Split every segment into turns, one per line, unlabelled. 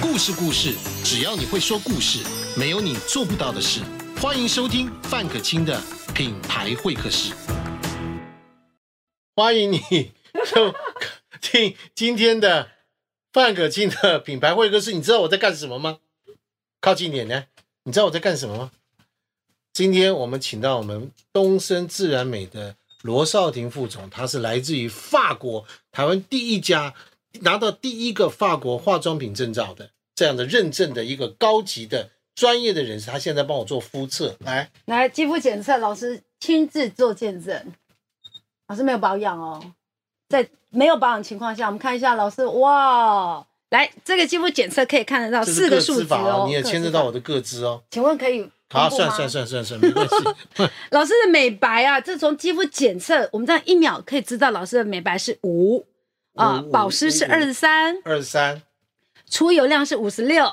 故事故事，只要你会说故事，没有你做不到的事。欢迎收听范可清的品牌会客室。欢迎你收听今天的范可清的品牌会客室。你知道我在干什么吗？靠近一点来，你知道我在干什么吗？今天我们请到我们东森自然美的罗少廷副总，他是来自于法国，台湾第一家拿到第一个法国化妆品证照的这样的认证的一个高级的专业的人士，他现在帮我做肤测，来，
来肌肤检测，老师亲自做见证。老师没有保养哦，在没有保养情况下，我们看一下老师，哇，来这个肌肤检测可以看得到
这
啊四
是
个
个
数
资
值
法
哦，
你也
各
牵涉
自法
到我。的个资哦。
请问可以
好、
公布
算
吗
算算算算，没关系。
老师的美白啊，这从肌肤检测，我们这样一秒可以知道老师的美白是五啊
五，
保湿是
五
二十三，
二三，
出油量是五十六，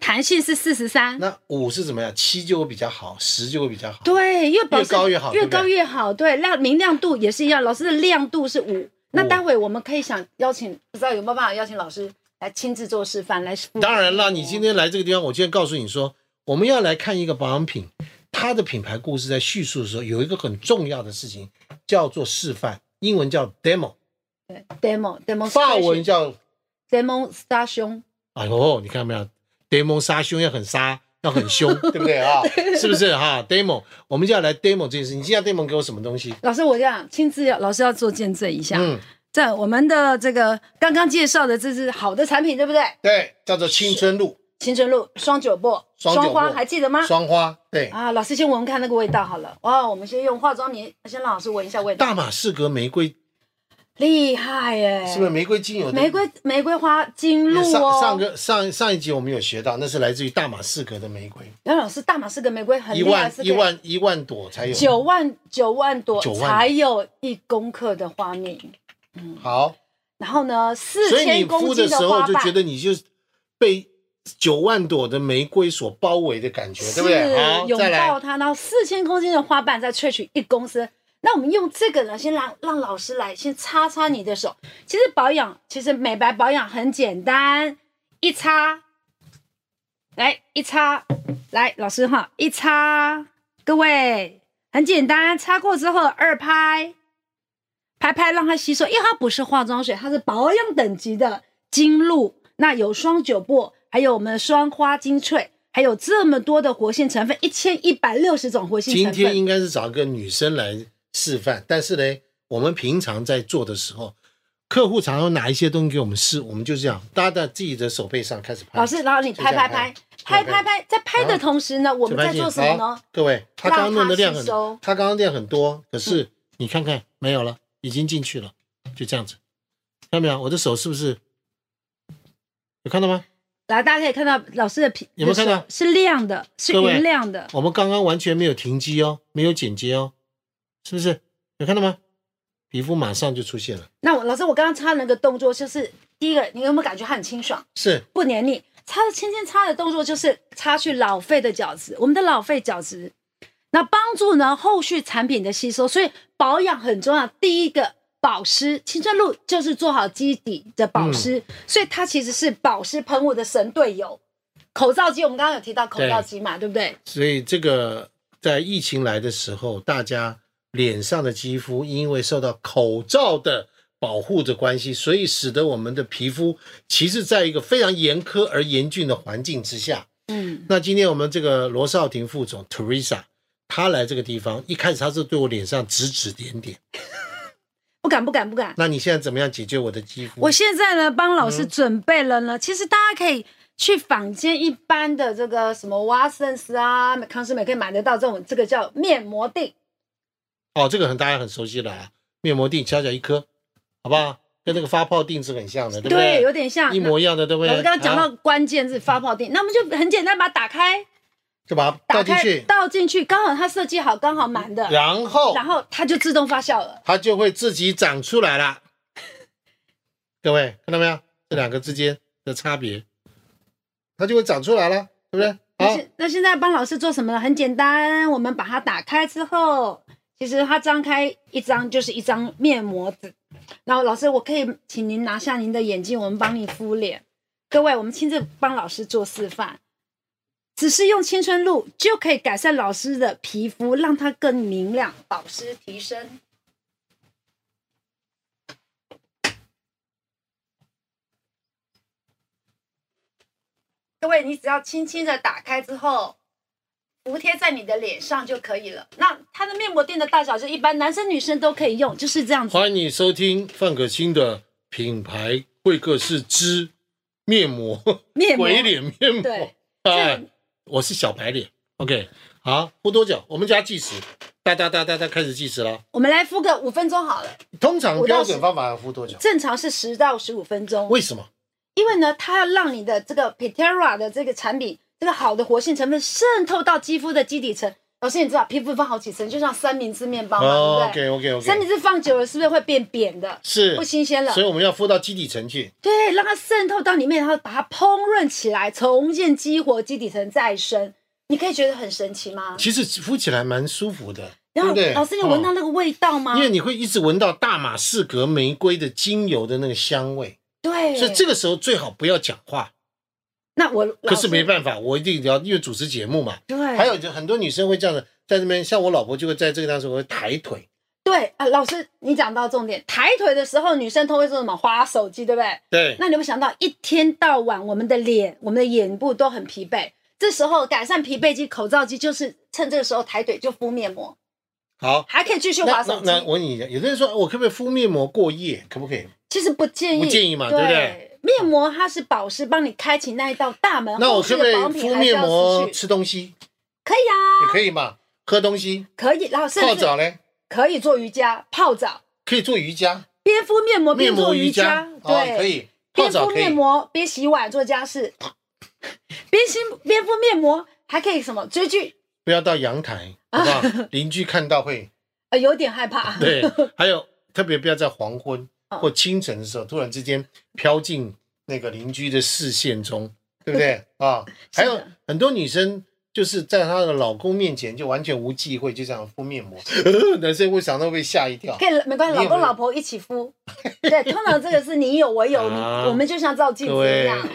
弹性是四十三。
那五是怎么样？七就会比较好，十就会比较好。
对，越保湿
高越好
越
对不对
高越好。对，亮明亮度也是一样，老师的亮度是五。那
五
待会我们可以想邀请，不知道有没有办法邀请老师来亲自做示范来示范。
当然啦，你今天来这个地方，我今天告诉你说，我们要来看一个保养品，它的品牌故事在叙述的时候，有一个很重要的事情叫做示范，英文叫哦 demo，
对 demo demo
法文叫
demo station，
哎呦，你看到没有？demo 杀凶要很杀，要很凶，对不对 啊？是不是哈？demo，我们就要来 demo 这件事。你今天要 demo 给我什么东西？
老师我这样亲自要老师要做见证一下。
嗯，
在我们的这个刚刚介绍的这是好的产品，对不对？
对，叫做青春露
青春露双酒薄
双酒薄
花，还记得吗？
双花，对，
啊，老师先闻闻看那个味道好了。哇，我们先用化妆棉，先让老师闻一下味道。
大马士革玫瑰
厉害耶！
是不是玫瑰精油的？
玫瑰玫瑰花金露
上
哦。
上个上上一集我们有学到，那是来自于大马士革的玫瑰，
杨老师大马士革玫瑰很
一
厉害，
万
是
一万一万朵才有。
九万九万朵
9万
才有一公克的花蜜，
好，
然后呢四
所以你
千公
敷的
斤
时候
花
就
瓣，
觉得你就被九万朵的玫瑰所包围的感觉，对不对？好，
是拥
再
抱
来，
它，然后四千公斤的花瓣再萃取一公升。那我们用这个呢，先让让老师来先擦擦你的手。其实保养，其实美白保养很简单，一擦，来一擦，来老师哈，一擦，各位很简单，擦过之后二拍，拍拍让它吸收，因为它不是化妆水，它是保养等级的精露。那有双九薄，还有我们的双花精粹，还有这么多的活性成分，一千一百六十种活性成
今
分。
天应该是找一个女生来示范，但是呢，我们平常在做的时候，客户常常拿一些东西给我们试，我们就这样搭在自己的手背上开始拍。
老师，然后你
就这
拍
样
拍
拍
拍
拍
拍拍拍，在拍的同时呢，我
这
们
盘进
在做什么
好
呢？
各位，他刚刚弄的量
让它
很，
吸收嗯
他刚刚量很多，可是你看看没有了，已经进去了，就这样子，看到没有？我的手是不是有看到吗？
来，大家可以看到老师的皮，
有没有看到
的手是亮的，是
各位
匀亮的。
我们刚刚完全没有停机哦，没有剪接哦，是不是？有看到吗？皮肤马上就出现了，
那我老师，我刚刚擦那个动作就是第一个，你有没有感觉它很清爽？
是
不黏腻。擦的轻轻擦的动作就是擦去老废的角质，我们的老废角质，那帮助呢后续产品的吸收，所以保养很重要。第一个保湿，青春露就是做好基底的保湿，所以它其实是保湿喷雾的神队友。口罩机，我们刚刚有提到口罩机嘛，对不对？
所以这个在疫情来的时候，大家脸上的肌肤因为受到口罩的保护的关系，所以使得我们的皮肤其实在一个非常严苛而严峻的环境之下。
嗯，
那今天我们这个罗少廷副总 Teresa，他来这个地方，一开始他是对我脸上指指点点。
不敢不敢不敢。
那你现在怎么样解决我的肌肤？
我现在呢，帮老
嗯
师准备了呢。其实大家可以去坊间一般的这个什么瓦森斯啊、康诗美可以买得到这种，这个叫面膜定。
哦，这个很大家很熟悉了啊，面膜定小小一颗，好不好？跟那个发泡定是很像的，对不
对，有
对？
点像
一模一样的，对不对？
老师刚刚讲
啊
到关键字发泡定，那我们就很简单把它打开，
就把它倒
打
进
开
去，
倒进去，刚好它设计好，刚好满的，
然后
然后它就自动发酵了。
它就会自己长出来 了。各位看到没有？这两个之间的差别，它就会长出来了，对不对？
那
好，
现那现在帮老师做什么呢？很简单，我们把它打开之后，其实它张开一张就是一张面膜纸。然后老师，我可以请您拿下您的眼镜，我们帮你敷脸。各位，我们亲自帮老师做示范，只是用青春露就可以改善老师的皮肤，让它更明亮，保湿提升。各位，你只要轻轻的打开之后，服贴在你的脸上就可以了。那它的面膜垫的大小就一般，男生女生都可以用，就是这样子。
欢迎你收听范可欣的品牌会客室之面膜
面膜
鬼脸面膜
对。
哎，我是小白脸。OK，好，不多讲，我们家计时，哒哒哒哒哒，开始计时了。
我们来敷个五分钟好了，
通常
我倒
标
是
准方法要敷多久？
正常是十到十五分钟。
为什么？
因为呢，它要让你的这个 Pitera 的这个产品，这个好的活性成分渗透到肌肤的基底层。老师，你知道皮肤分好几层，就像三明治面包嘛，
哦
对不对
，OK OK
三
OK，
明治放久了是不是会变扁的？
是
不，新鲜了
所。以我们要敷到基底层去。
对，让它渗透到里面，然后把它烹饪起来，重建激活基底层再生。你可以觉得很神奇吗？
其实敷起来蛮舒服的，
然后
对不对
老师，你闻到那个味道吗？
因为你会一直闻到大马士革玫瑰的精油的那个香味，
对，
所以这个时候最好不要讲话。
那我
可是没
办
办法，我一定要因为主持节目嘛。
对，
还有就很多女生会这样的，在那边，像我老婆就会在这个当中会抬哎腿，
对啊，老师，你讲到重点，抬腿的时候，女生都会说什么滑手机，对不对？
对，
那你有没有想到，一天到晚我们的脸、我们的眼部都很疲惫，这时候改善疲惫肌、口罩肌，就是趁这个时候抬腿就敷面膜，
好。
还可以继续
那
滑
那
手
那我
机。
问你，有的人说我可不可以敷面膜过夜？可不可以？
其实不建议，
不建议嘛对不对？
面膜它是保湿，帮你开启那一道大门。
那我
后续
可不可
的保
以敷
养品还是
面
要
膜
持续
吃东西？
可以啊，
也可以嘛，喝东西，
可以，然后
泡
甚至
澡嘞，
可以做瑜伽、泡澡，
可以做瑜伽，
边敷面膜
面
边
膜
做
瑜
伽，
哦
对，，
可。以泡
边敷
澡可以
面，膜边洗碗做家事， 边洗边敷面膜还可以什么追剧？
不要到阳 台，好不好？邻居看到会
呃，有点害怕。
对，还有特别不要在黄昏
哦
或清晨的时候，突然之间飘进那个邻居的视线中，对不 对啊？还有很多女生就是在她的老公面前就完全无忌讳，就这样敷面膜， 男生会常常被吓一跳。
可以没关系，
你有没有
老公老婆一起敷。对，通常这个是你有我有，你
啊
我们就像照镜
各
子一
位
样，，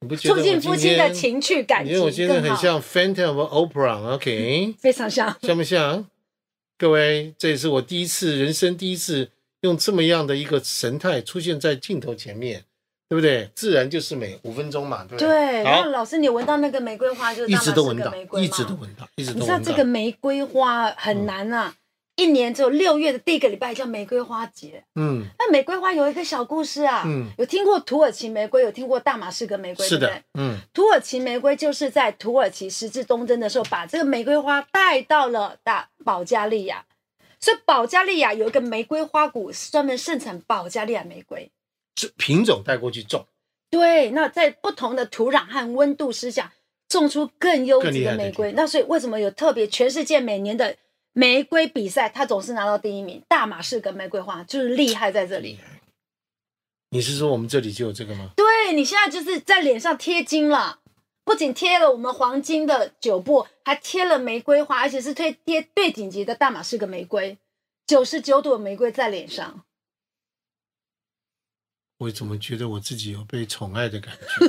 你不觉得
促
我
进
今
夫妻的
天？
情趣感
因
情
为我
更好。
现在很像 Phantom of Opera，OK，、
非常 像。
像不像？各位，这也是我第一次，人生第一次用这么样的一个神态出现在镜头前面，对不对？自然就是美，五分钟嘛，对不
对，然
好
后，老师，你闻到那个玫瑰花，就是
一
大马
直
士
都
革
闻到
玫，瑰
一
嘛
直都闻到，嗯一直
你
都
知道
闻
这
到
个。玫瑰花很难啊，一年只有六月的第一个礼拜叫玫瑰花节。
嗯，
那玫瑰花有一个小故事啊，
嗯
有听过土耳其玫瑰，有听过大马士革玫瑰，
是
对不
的
对，
嗯，
土耳其玫瑰就是在土耳其十字东征的时候，把这个玫瑰花带到了大保加利亚，所以保加利亚有一个玫瑰花谷是专门盛产保加利亚玫瑰。
这品种带过去种，
对，那在不同的土壤和温度之下，种出更优
更
质
厉害
的
的
玫
地
瑰。那所以为什么有特别全世界每年的玫瑰比赛，它总是拿到第一名？大马士革玫瑰花就是厉害在这里。
你是说我们这里就有这个吗？
对你现在就是在脸上贴金了，不仅贴了我们黄金的九步，还贴了玫瑰花，而且是贴贴最顶级的大马士革玫瑰，九十九朵玫瑰在脸上。
我怎么觉得我自己有被宠爱的感觉？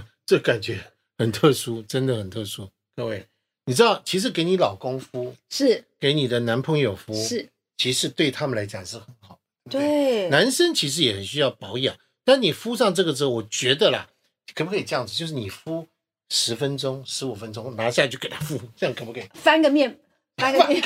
这感觉很特殊，真的很特殊。各位，你知道，其实给你老公敷，
是
给你的男朋友敷，
是，
其实对他们来讲是很好。不
对，
男生其实也很需要保养，但你敷上这个之后，我觉得啦，可不可以这样子？就是你敷十分钟、十五分钟，拿下去给他敷，这样可不可以？
翻个面，翻个面，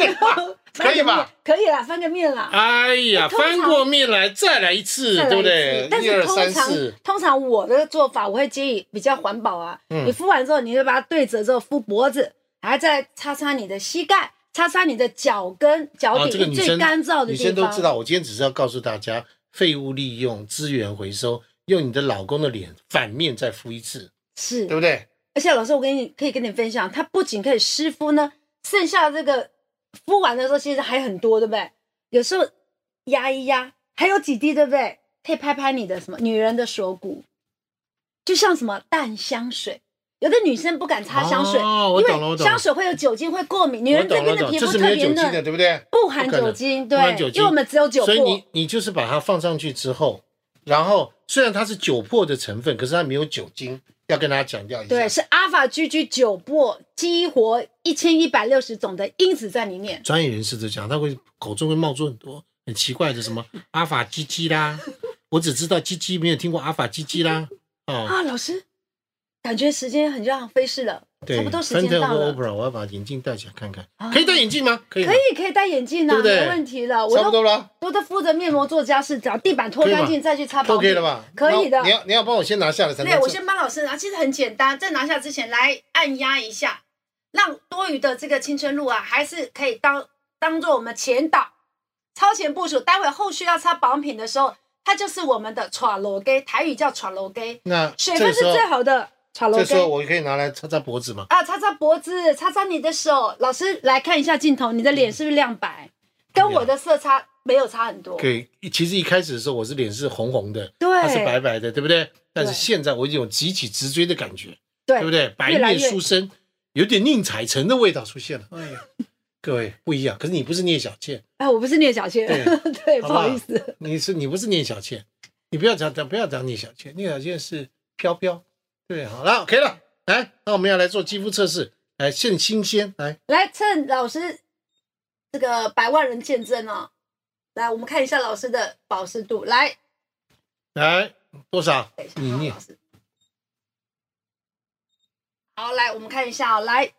翻个面可
翻
以
个面
吧？
可以啦，翻个面啦。
哎呀，
通常
翻过面来再来一次，
再来
对不
一次
对？
但
一二
是
三
通常
四，
通常我的做法，我会建议比较环保啊。
嗯
你敷完之后，你就把它对折之后敷脖子，还再擦擦你的膝盖，擦擦你的脚跟、脚
啊，
底、
这个女
最
生
干燥的
女
地
生都
方。
知道。我今天只是要告诉大家，废物利用、资源回收，用你的老公的脸反面再敷一次，
是
对，不对？
而且老师，我跟你可以跟你分享，它不仅可以湿敷呢，剩下这个敷完的时候其实还很多，对不对？有时候压一压，还有几滴，对不对？可以拍拍你的什么女人的锁骨，就像什么淡香水，有的女生不敢擦香水，
哦我懂了我
因为
懂了
香水会有酒精会过敏，女
我
人这
懂了，我
边的
懂
皮
了，这
肤
是没
特
有酒精
别
的，
嫩，
对不对？
不含
不可能
酒精，
不含
对
酒，精
因为我们只有酒
所以
精，
你你就是把它放上去之后，然后虽然它是酒粕的成分，可是它没有酒精，要跟大家强调一下。
对，是阿法 GG 酒粕激活一千一百六十种的因子在里面。
专业人士都讲，他会口中会冒出很多很奇怪的什 么阿法鸡鸡啦，我只知道鸡鸡，没有听过阿法鸡鸡啦。哦，
啊，老师，感觉时间很像飞逝了，
对，
差不多时间
Phantom
到
和
了。
Opera，我要把眼镜戴起来看看，
啊
可以戴眼镜吗？可以吗，
可以可以戴眼镜啊，
对不对
没问题了。
差
我
不
都
多了
都在敷着面膜做家事，只要地板拖
可以
干
吧
净再去擦。
，OK 了？吧？
可以的
那你要你要帮我先拿下来才能
对，我
测
先帮老师拿，其实很简单，在拿下之前来按压一下，让多余的这个青春露啊，还是可以当当做我们前导，超前部署。待会后续要擦保养品的时候，它就是我们的喘罗给，台语叫喘罗给，
那
水
这
分
个
是
时候
最好的喘罗
这时候
给。
我可以拿来擦擦脖子嘛？
啊，擦擦脖子，擦擦你的手。老师来看一下镜头，你的脸是不是亮白？跟我的色差没有差很多。
可以，其实一开始的时候我是脸是红红的，
对，
它是白白的，对不对？但是
对
现在我已经有急起直追的感觉，
对
对不对？白
越来
面
越嗯
书生，有点宁采臣的味道出现了。哎呀，各位不一样，可是你不是聂小倩，
哎，我不是聂小倩，
对
对，不
好吧
好意思，
你是你不是聂小倩，你不要讲讲不要讲聂小倩，聂小倩是飘飘。对，好了，OK 了，来，那我们要来做肌肤测试，来现新鲜，来
来趁老师这个百万人见证哦，来，我们看一下老师的保湿度，来，
来多少
等一下？
嗯你念
老师，好，来，我们看一下哦，来，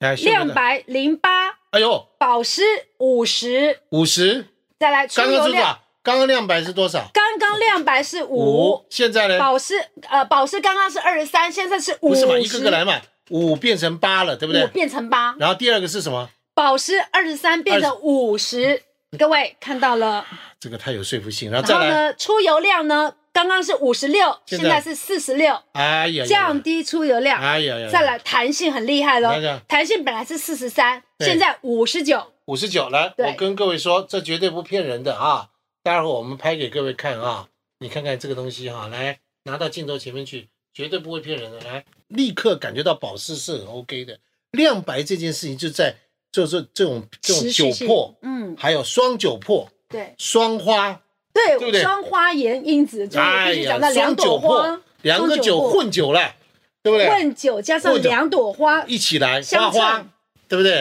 来秀给
亮
大家
白零八，
哎呦，
保湿五十，
五十，
再来出
刚刚
油
是多
量，
少？刚刚亮白是多少？
刚刚亮白是
五
五，，
现在呢？
保湿呃保湿刚刚是二十三，现在是五
不是嘛，
十，
一个个来嘛，五变成八了，对不
五
对？
变成八，
然后第二个是什么？
保湿二十三变成五十，各位看到了。
这个太有说服性，然后
然
再
后
来，
呢，出油量呢，刚刚是五十六，
现
现
在
在是四十六，
哎呀，
降，低出油量。
哎呀呀，
再来弹性很厉害喽
你看看，
弹性本来是四十三，
对
现在五十九。
五十九，来，
对
我跟各位说，这绝对不骗人的啊！待会儿我们拍给各位看啊，你看看这个东西哈、来拿到镜头前面去，绝对不会骗人的，来，立刻感觉到保湿是很 OK 的，亮白这件事情就在就是这种这种
持
酒
续性
粕，
嗯，
还有双酒粕、
对
双花，对不对哎
对，双花盐因子，就是我必须讲到两朵花
双酒粕，两个
双
酒
酒粕
混酒了，对不对？
混酒加上
混酒
两朵花，
一起来
相
花花
乘，
对不对？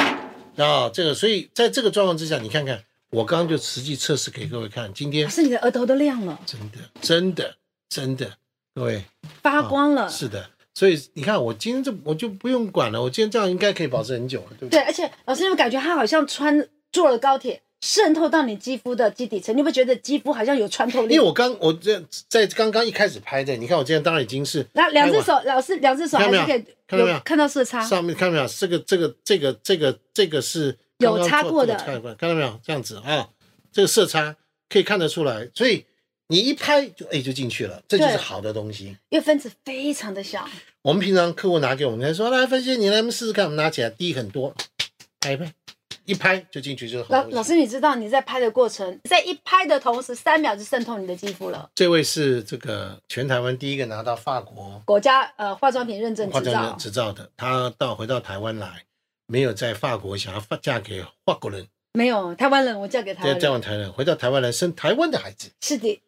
啊，这个，所以在这个状况之下，你看看，我刚刚就实际测试给各位看，今天
老师你的额头都亮了，
真的，真的，真的，各位
发光了。
啊是的，所以你看，我今天这我就不用管了，我今天这样应该可以保持很久了，对不对？
对，而且老师，你有没有感觉它好像穿坐了高铁，渗透到你肌肤的基底层，你会不会觉得肌肤好像有穿透力
因为？我刚我这在刚刚一开始拍的，你看我今天当然已经是
那两只
拍完
手，老师两只手还是可以
看到没有看到没有
有看到色差，
上面看到没有？这个这个这个这个这个是
有
刚刚
擦
做
过
这
的
个擦过看到没有？这样子啊，这个色差可以看得出来，所以你一拍就哎就进去了，这就是
对
好的东西。
因为分子非常的小。
我们平常客户拿给我们，他说来分析，你来我们试试看，我们拿起来低很多，拍一拍，一拍就进去就是好
老
东西。
老师，你知道你在拍的过程，在一拍的同时，三秒就渗透你的肌肤了。
这位是这个全台湾第一个拿到法国
国家呃化妆品认证
化
执
妆
照，
执照的，他到回到台湾来，没有在法国想要发嫁给法国人，
没有台湾人，我嫁给台
在
湾
在往台
人，
湾回到台湾来生台湾的孩子。
是的，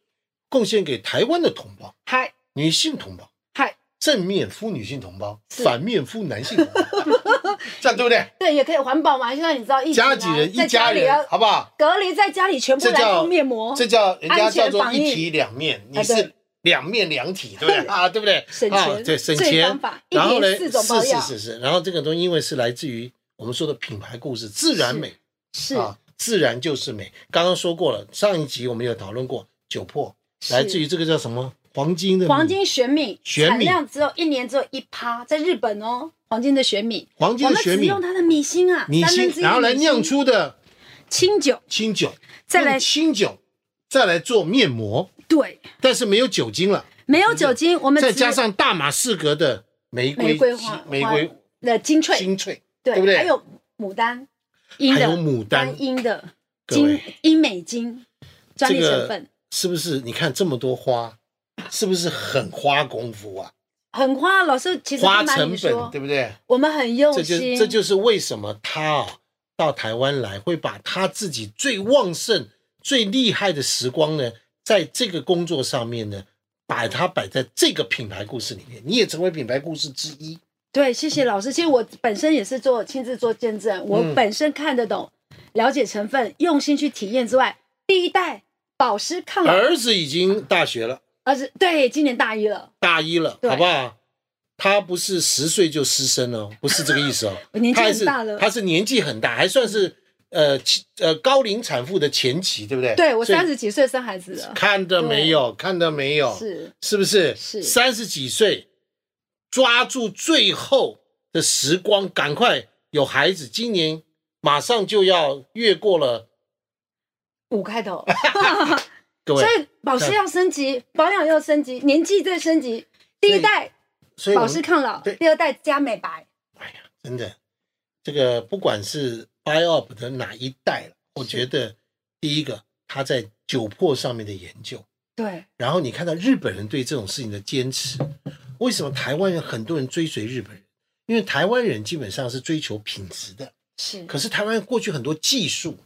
贡献给台湾的同胞、
嗨
女性同胞，
嗨，
正面敷女性同胞，
是
反面敷男性同 胞，这样对不对？
对，也可以环保嘛。现在你知道疫情
家
啊，
几人
在
一家
里要
人，好不好？
隔离，在家里全部
这
来
叫
敷面膜，
这叫人家
安
叫
全
做
防疫
一体两面，你
哎对
是两面两体，对不对啊？对不对？
省
啊
钱
对，省
最
钱
方法。一
然后呢，
瓶
是
四种保
是
养
是是，然后这个东西因为是来自于我们说的品牌故事，自然
是
美
是
啊，自然就是美。刚刚说过了，上一集我们有讨论过酒粕，
是
来自于这个叫什么黄金的
黄
米
金玄米，
玄
产
米
量只有一年只有一趴，在日本哦，黄金的玄米，
黄金
我
的
们
玄
只
米
用它的米芯啊，
米
三
心
分之，一的
然后来
米芯
酿出的
清酒，
清酒，
再来
用清酒，再来做面膜，
对，
但是没有酒精了，
没有酒精，我们
再
只
加上大马士革的玫瑰
玫瑰花
玫瑰
花的呃精粹，
精粹，
对
对不对
还有牡丹，英
还
的
有牡丹
单英的
各位
金英美金专
这
利成分
个，是不是？你看这么多花，是不是很花功夫啊？
很花。老师其实
花
不瞒
成
你
本
说，
对不对？
我们很用
这就
心，
这就是为什么他啊到台湾来，会把他自己最旺盛、最厉害的时光呢，在这个工作上面呢，把它摆在这个品牌故事里面，你也成为品牌故事之一。
对，谢
嗯
谢老师。其实我本身也是做亲自做见证，我本身看得懂、了解成分，用心去体验之外，第一代保湿抗老，
儿子已经大学了，
而是对，今年大一了，
大一了，
对
好不好？他不是十岁就失身哦，不是这个意思哦。
我年纪
他还
很
是
大了。
他是年纪很大，还算是呃其呃高龄产妇的前期，对不对？
对我
所以
三十几岁生孩子了，
看到没有？看到没有？
是
是不是？
是
三十几岁，抓住最后的时光，赶快有孩子。今年马上就要越过了，
五开 头，
各位
所，以保湿要升级，保养要升级，年纪再升级。第一代
所以我
保
们
湿抗老，
对
第二代加美白，
真的，这个不管是 BioUp 的哪一代了，我觉得第一个他在酒粕上面的研究，
对，
然后你看到日本人对这种事情的坚持，为什么台湾人很多人追随日本人？因为台湾人基本上是追求品质的，
是
可是台湾过去很多技术，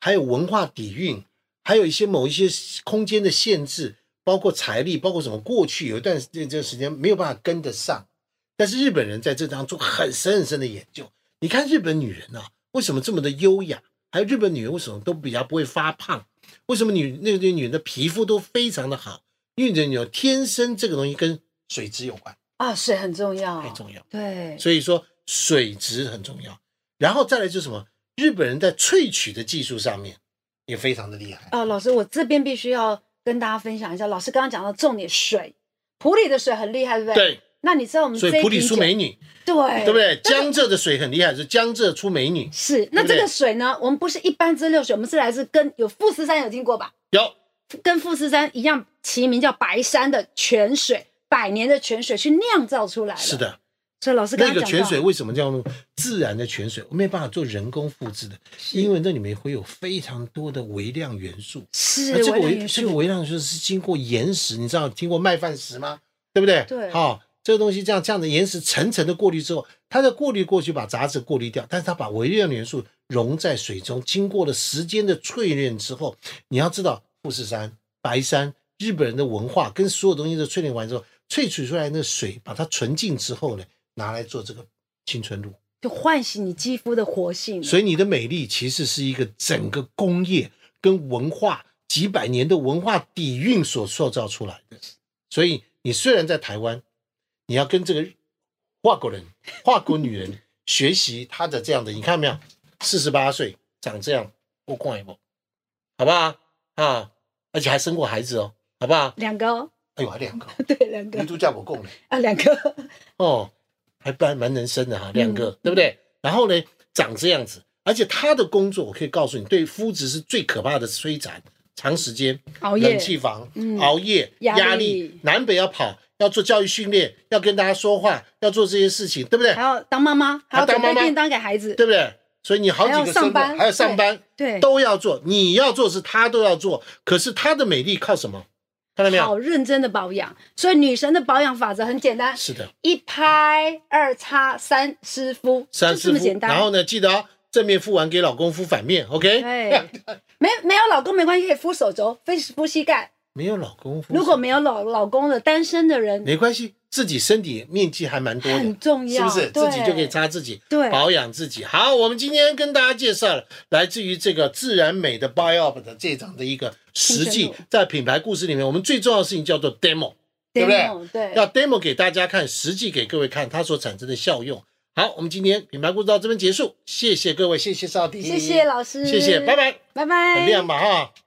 还有文化底蕴，还有一些某一些空间的限制，包括财力，包括什么，过去有一段这这时间没有办法跟得上。但是日本人在这当中很深很深的研究。你看日本女人啊，为什么这么的优雅？还有日本女人为什么都比较不会发胖？为什么女那个女人的皮肤都非常的好？因为人有天生这个东西跟水质有关，
啊，水很重要
太，重要。
对，
所以说水质很重要。然后再来就是什么？日本人在萃取的技术上面也非常的厉害。
啊，老师，我这边必须要跟大家分享一下，老师刚刚讲到重点水，普里的水很厉害，对不对？。
对，
那你知道我们
所
这
以
一
普里
瓶
出
酒
美女，
对
对不对？
那
江浙的水很厉害，是江浙出美女。
是，那
对不
这
对
个水呢，我们不是一般蒸馏水，我们是来自跟有富士山有听过吧？
有，
跟富士山一样，其名叫白山的泉水，百年的泉水去酿造出来的。
是，的，
所以老师刚
那
刚
个
讲
泉
到
水为什么叫做自然的泉水？我没有办法做人工复制的，因为那里面会有非常多的微量元素。
是
那啊哎这个
微量
微
元
这个
素，
微量元素是经过岩石，你知道听过麦饭石吗？对不对？
对
好、这个东西这样这样的岩石层层的过滤之后，它在过滤过去把杂质过滤掉，但是它把微量元素溶在水中，经过了时间的淬炼之后，你要知道富士山、白山、日本人的文化跟所有东西都淬炼完之后，萃取出来的水把它纯净之后呢，拿来做这个青春露。
就唤醒你肌肤的活性。
所以你的美丽其实是一个整个工业跟文化几百年的文化底蕴所塑造出来的。所以你虽然在台湾，你要跟这个华国人、华国女人学习她的这样的，你看到没有？四十八岁长这样，我逛一逛，好不好？啊，而且还生过孩子哦，好不好？
两个哦，
哎呦，还两个，
对，两
女
个
主角我供了。
啊，两个，
哦，还蛮蛮能生的哈，两个、
嗯
对不对？然后呢，长这样子，而且他的工作我可以告诉你，对肤质是最可怕的摧残，长时间
熬夜
冷气房、
嗯
熬夜、
压力
力，南北要跑，要做教育训练，要跟大家说话，要做这些事情，对不对
还？要当妈妈，还
还当
要准备
妈妈
便当给孩子。
对不对？所以你好几个
还要
身
上
份
班
还要上班，
对，
都要做。你要做是他都要做，可是他的美丽靠什么？看到没有？
好认真的保养。所以女神的保养法则很简单，
是的。
一拍二擦三湿敷，
三
就
四
这么
敷
简，单。
然后哎呢，记得哦，正面敷完给老公敷反面，OK？
对，没没有老公没关系，可以敷手肘，敷敷膝盖。
没有老公敷，
如果没有老老公的单身的人
没关系，自己身体面积还蛮多
很
的，
重
是
要，
不是？
对
自己就可以擦自己，
对
保养自己。好，我们今天跟大家介绍了来自于这个自然美的 BioUp 的这场的一个实
精神
际
路，
在品牌故事里面，我们最重要的事情叫做 demo，对不对
demo，对？
要 demo 给大家看，实际给各位看它所产生的效用。好，我们今天品牌故事到这边结束，谢谢各位，谢谢邵迪，
谢谢，老师，
谢谢，拜，拜，
拜拜，
很亮吧哈。